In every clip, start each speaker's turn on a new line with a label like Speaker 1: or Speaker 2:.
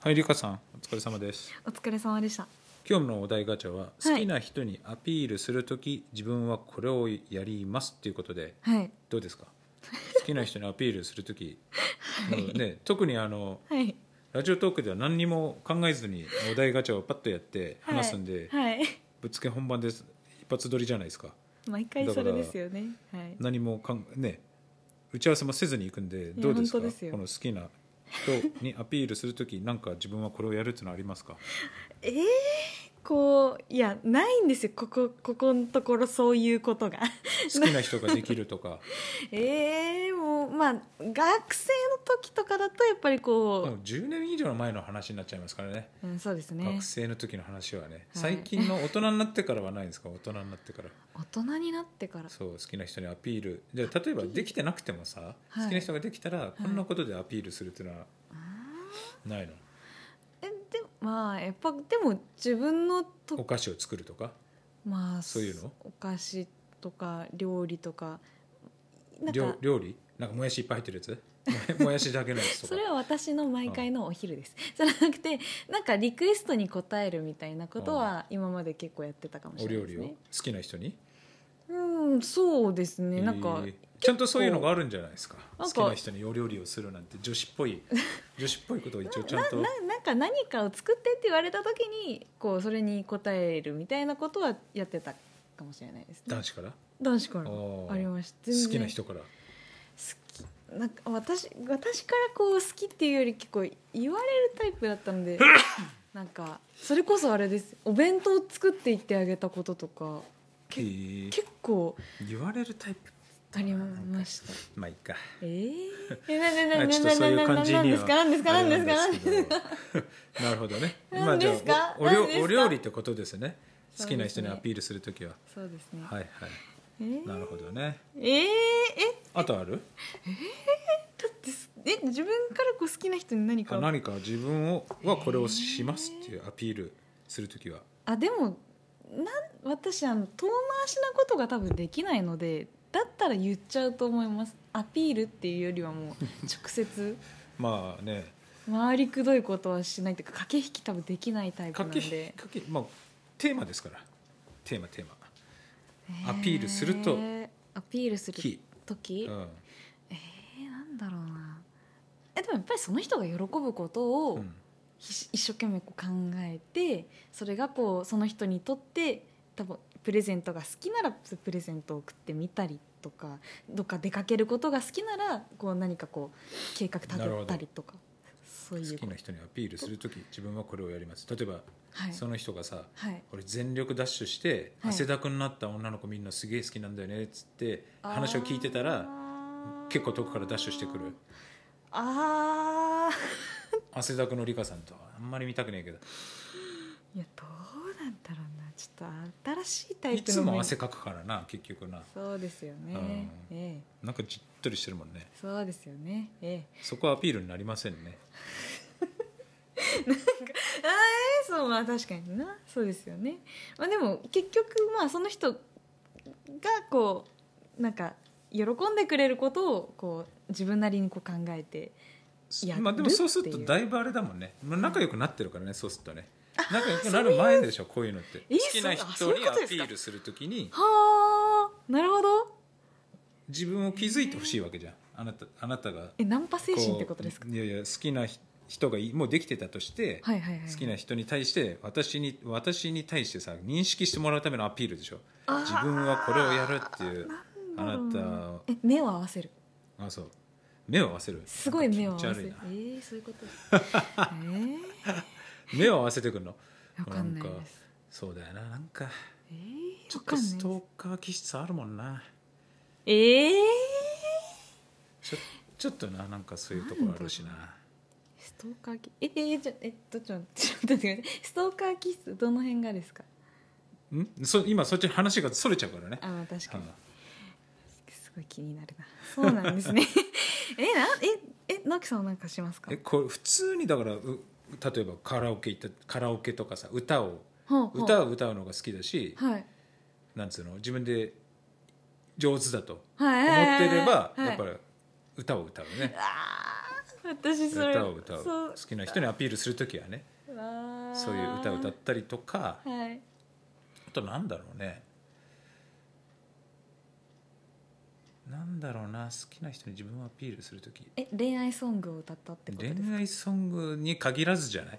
Speaker 1: はい、りかさん、お疲れ様です。
Speaker 2: お疲れ様でした。
Speaker 1: 今日のお題ガチャは、
Speaker 2: はい
Speaker 1: 好きな人にアピールするとき、自分はこれをやりますっていうことで、
Speaker 2: はい。
Speaker 1: どうですか。好きな人にアピールすると き、もうね、特にあの、
Speaker 2: はい。
Speaker 1: ラジオトークでは何にも考えずに、お題ガチャをパッとやって、話すんで、
Speaker 2: はい。
Speaker 1: ぶっつけ本番です。一発撮りじゃないですか。
Speaker 2: 毎回それですよね。はい。
Speaker 1: 何もかん、ね。打ち合わせもせずに行くんで、どうですか。
Speaker 2: 本当ですよ
Speaker 1: この好きな人にアピールするとき、なんか自分はこれをやるっていうのはあります か。
Speaker 2: ええこう、いや、ないんですよ。ここ、ここのところ、そういうことが。
Speaker 1: 好きな人ができるとか。
Speaker 2: ええもう、まあ、学生の時とかだと、やっぱり
Speaker 1: もう
Speaker 2: こ
Speaker 1: 10年以上の前の話になっちゃいますからね
Speaker 2: う。うん、そうですね
Speaker 1: 学。生の時の話はね最近の大人になってからはないんですか大人になってから
Speaker 2: 大人になってから。
Speaker 1: そう好きな人にアピールじゃあ例えばできてなくてもさ、
Speaker 2: はい
Speaker 1: 好きな人ができたらこんなことでアピールするっていうのはないの、
Speaker 2: え、で、まあ、やっぱ、でも、自分の
Speaker 1: お
Speaker 2: と、
Speaker 1: 菓子を作るとか
Speaker 2: まあ、
Speaker 1: そういうの
Speaker 2: お菓子とか、料理とか。なん
Speaker 1: 料
Speaker 2: か、
Speaker 1: 料理なんかもやしいっぱい入ってるやつもやも やしだけのやつとか
Speaker 2: それは私の毎回のお昼です、 それなくてなんかリクエストに応えるみたいなことは今まで結構やってたかもし
Speaker 1: お
Speaker 2: れな
Speaker 1: 料理
Speaker 2: いです
Speaker 1: を
Speaker 2: ね
Speaker 1: 好きな人に、
Speaker 2: うんそうですね、なんか
Speaker 1: えーちゃんとそういうのがあるんじゃないですか
Speaker 2: なん
Speaker 1: 好
Speaker 2: か
Speaker 1: きな人にお料理をするなんて女子っぽい女子っぽいことを一応ちゃんと
Speaker 2: ななんか何かを作ってって言われた時にこうそれに応えるみたいなことはやってたかもしれないですね
Speaker 1: 男子から
Speaker 2: 男子か
Speaker 1: おー
Speaker 2: らありました
Speaker 1: 好きな人から
Speaker 2: 好きなんか私私からこう好きっていうより結構言われるタイプだった のでなんかそれこそあれですお弁当作っていってあげたこととかけ
Speaker 1: へー
Speaker 2: 結構
Speaker 1: 言われるタイプ
Speaker 2: ありました
Speaker 1: まあいいか
Speaker 2: えー、えななななな
Speaker 1: あちょっとそういう感じに
Speaker 2: で
Speaker 1: は
Speaker 2: すかなんですかなんですか
Speaker 1: あ
Speaker 2: なん
Speaker 1: れな
Speaker 2: で
Speaker 1: ん
Speaker 2: す
Speaker 1: で
Speaker 2: か
Speaker 1: すけど なるほど ねまあ
Speaker 2: 何
Speaker 1: じゃ
Speaker 2: ですか
Speaker 1: あおお料
Speaker 2: 何ですか
Speaker 1: お料理ってことですね好
Speaker 2: そ
Speaker 1: き
Speaker 2: うですね
Speaker 1: な人にアピールするときは
Speaker 2: そうですね、
Speaker 1: はいはい
Speaker 2: えー、
Speaker 1: なるほどね
Speaker 2: えー、え
Speaker 1: あとある
Speaker 2: だってすえ自分からこう好きな人に何か
Speaker 1: あ
Speaker 2: を
Speaker 1: 何か自分をはこれをしますっていうアピールするときは
Speaker 2: あでもなん私あの遠回しなことが多分できないのでだったら言っちゃうと思いますアピールっていうよりはもう直接
Speaker 1: まあね
Speaker 2: 回りくどいことはしないっていうか駆け引き多分できないタイプなん
Speaker 1: 駆け引
Speaker 2: で
Speaker 1: き駆けまあテーマですからテーマテーマアピールすると
Speaker 2: えーアピールする
Speaker 1: き
Speaker 2: 時、
Speaker 1: うん
Speaker 2: えー、なんだろうなえでもやっぱりその人が喜ぶことを、
Speaker 1: うん
Speaker 2: ひし一生懸命こう考えてそれがこうその人にとって多分プレゼントが好きならプレゼントを送ってみたりとかどっか出かけることが好きならこう何かこう計画立
Speaker 1: なるほ
Speaker 2: て
Speaker 1: ど
Speaker 2: たりとかそうい
Speaker 1: 好
Speaker 2: う
Speaker 1: き
Speaker 2: こと
Speaker 1: な人にアピールするとき自分はこれをやります例えば
Speaker 2: はい
Speaker 1: その人がさ
Speaker 2: はい
Speaker 1: 俺全力ダッシュして
Speaker 2: はい
Speaker 1: 汗だくになった女の子みんなすげえ好きなんだよねっつって
Speaker 2: あー
Speaker 1: 話を聞いてたら結構遠くからダッシュしてくる
Speaker 2: ああ
Speaker 1: 汗だくのリカさんとはあんまり見たくねえけど
Speaker 2: いやどうなんだろうなちょっと新しいタイ
Speaker 1: い
Speaker 2: プ
Speaker 1: つ
Speaker 2: の
Speaker 1: も汗かくからな結局な
Speaker 2: そうですよね
Speaker 1: うん
Speaker 2: ええ
Speaker 1: なんかじっとりしてるもんね
Speaker 2: そうですよねええ
Speaker 1: そこはアピールになりませんね
Speaker 2: あーそうまあ確かになそうですよね、まあ、でも結局まあその人がこうなんか喜んでくれることをこう自分なりにこう考えてやる
Speaker 1: まあでもそうすると
Speaker 2: っていう
Speaker 1: だいぶあれだもんねまあ仲良くなってるからねそうするとね仲良くなる前でしょこういうのって
Speaker 2: え
Speaker 1: 好きな
Speaker 2: そ
Speaker 1: 人
Speaker 2: うあそうい
Speaker 1: に
Speaker 2: う
Speaker 1: ア
Speaker 2: ことですか
Speaker 1: ピールするときに
Speaker 2: はあなるほど
Speaker 1: 自分を気づいてほしいわけじゃんあなたあなたが
Speaker 2: えナンパ精神ってことですか
Speaker 1: こういやいや好きなひ人がいもうできてたとして、
Speaker 2: はいはいはい
Speaker 1: 好きな人に対して私に私に対してさ認識してもらうためのアピールでしょ
Speaker 2: あー
Speaker 1: 自分はこれをやるっていうあ
Speaker 2: な
Speaker 1: なん
Speaker 2: だろう
Speaker 1: た
Speaker 2: え目を合わせる
Speaker 1: あそう目を合わせる
Speaker 2: すごい目を合
Speaker 1: なん
Speaker 2: わ
Speaker 1: か気持ち悪い
Speaker 2: せる
Speaker 1: な
Speaker 2: えー、そういう ことですえー、
Speaker 1: 目を合わせてくるの
Speaker 2: わかんな
Speaker 1: なん
Speaker 2: いで
Speaker 1: か
Speaker 2: す
Speaker 1: そうだよななんか
Speaker 2: え
Speaker 1: ち
Speaker 2: ー、
Speaker 1: ょっ
Speaker 2: わか
Speaker 1: と
Speaker 2: んない
Speaker 1: ス
Speaker 2: で
Speaker 1: ト
Speaker 2: す
Speaker 1: ーカー気質あるもんな
Speaker 2: えー、
Speaker 1: ちょちょっとななんかそういうところあるしな
Speaker 2: ストーカー気 えええちょえっとちょっとちょっと待ってくださいストーカー気質どの辺がですか
Speaker 1: んそ今そっちに話がそれちゃうからね
Speaker 2: あまあ確かに
Speaker 1: うん
Speaker 2: すごい気になるなそうなんですね えなええ直樹さんは何かしますか
Speaker 1: えこれ普通にだからう例えばカラオケ行ったカラオケとかさ歌を
Speaker 2: ほうほう
Speaker 1: 歌を歌うのが好きだし、
Speaker 2: はい
Speaker 1: なんつうの自分で上手だと
Speaker 2: はい
Speaker 1: 思
Speaker 2: はい
Speaker 1: ってれば、
Speaker 2: はい
Speaker 1: やっぱり歌を歌うね
Speaker 2: あー私それ
Speaker 1: 歌を歌う
Speaker 2: そ
Speaker 1: 好きな人にアピールする時はね
Speaker 2: わー
Speaker 1: そういう歌を歌ったりとか
Speaker 2: はい
Speaker 1: あとなんだろうねなんだろうな好きな人に自分をアピールする時
Speaker 2: え恋愛ソングを歌ったってことですか
Speaker 1: 恋愛ソングに限らずじゃない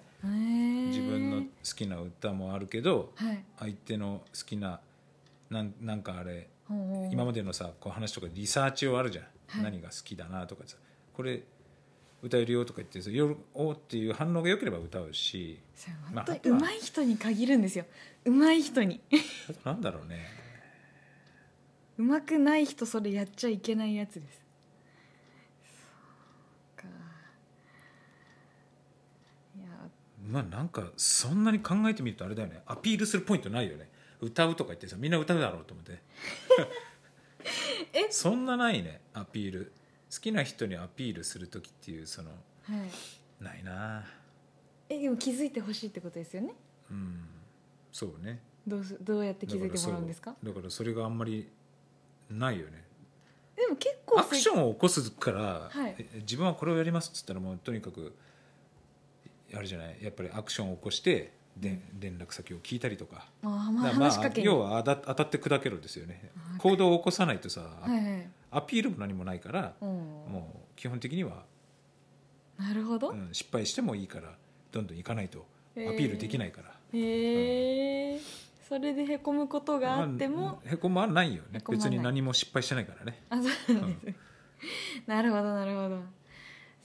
Speaker 1: 自
Speaker 2: 自
Speaker 1: 分の好きな歌もあるけど
Speaker 2: はい
Speaker 1: 相手の好きななんなんかあれ
Speaker 2: ほうほう
Speaker 1: 今までのさこう話とかリサーチをあるじゃん、
Speaker 2: はい
Speaker 1: 何が好きだなとかさこれ歌えるよとか言ってさよおーっていう反応が良ければ歌うし
Speaker 2: それ
Speaker 1: まあ
Speaker 2: 本当に
Speaker 1: あとは
Speaker 2: 上手い人に限るんですよ上手い人に
Speaker 1: あとなんだろうね
Speaker 2: 上手くない人それやっちゃいけないやつですそうかいや
Speaker 1: まあなんかそんなに考えてみるとあれだよねアピールするポイントないよね歌うとか言ってさみんな歌うだろうと思って
Speaker 2: え
Speaker 1: そんなないねアピール好きな人にアピールする時っていうその
Speaker 2: はい
Speaker 1: ないな
Speaker 2: えでも気づいてほしいってことですよね
Speaker 1: うんそうね
Speaker 2: どうすどうやって気づいてもらうんです
Speaker 1: だ
Speaker 2: か
Speaker 1: からそうだからそれがあんまりないよね
Speaker 2: でも結構
Speaker 1: アクションを起こすから、
Speaker 2: はい
Speaker 1: え自分はこれをやりますっつったらもうとにかくあれじゃないやっぱりアクションを起こしてで、連絡先を聞いたりとか,
Speaker 2: あー、
Speaker 1: だ
Speaker 2: まあ、
Speaker 1: からまあ
Speaker 2: 話しかけに
Speaker 1: 要はあだ当たって砕けるんですよね
Speaker 2: あー
Speaker 1: 行動を起こさないとさ、
Speaker 2: はいはい
Speaker 1: アピールも何もないから、
Speaker 2: うん
Speaker 1: もう基本的には、
Speaker 2: なるほど、
Speaker 1: うん、失敗してもいいからどんどん行かないとアピ
Speaker 2: へー
Speaker 1: ールできないから、
Speaker 2: へえ、それでへこむことがあっても、
Speaker 1: まあへこまないよね
Speaker 2: へこまな
Speaker 1: 別
Speaker 2: い
Speaker 1: に何も失敗してないからね、
Speaker 2: あ、そうなんですね、 なるほどなるほど
Speaker 1: ま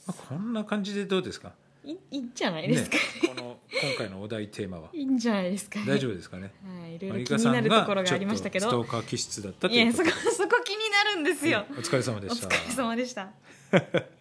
Speaker 1: あ、こんな感じでどうですか
Speaker 2: いいいんじゃないですか、
Speaker 1: ね、この今回のお題テーマは
Speaker 2: いいんじゃないですか、
Speaker 1: 大丈夫ですかね
Speaker 2: はい、いろ
Speaker 1: マリ
Speaker 2: いろ気
Speaker 1: カ
Speaker 2: に
Speaker 1: さ
Speaker 2: なんると
Speaker 1: が
Speaker 2: ころが
Speaker 1: ちょ
Speaker 2: あ
Speaker 1: っ
Speaker 2: り
Speaker 1: と
Speaker 2: ま
Speaker 1: ス
Speaker 2: したけど
Speaker 1: トーカー気質だったと
Speaker 2: い
Speaker 1: いう
Speaker 2: や
Speaker 1: こと
Speaker 2: そこそこ気になるんですよ、
Speaker 1: お疲れ様で
Speaker 2: お
Speaker 1: した
Speaker 2: 疲れ様でした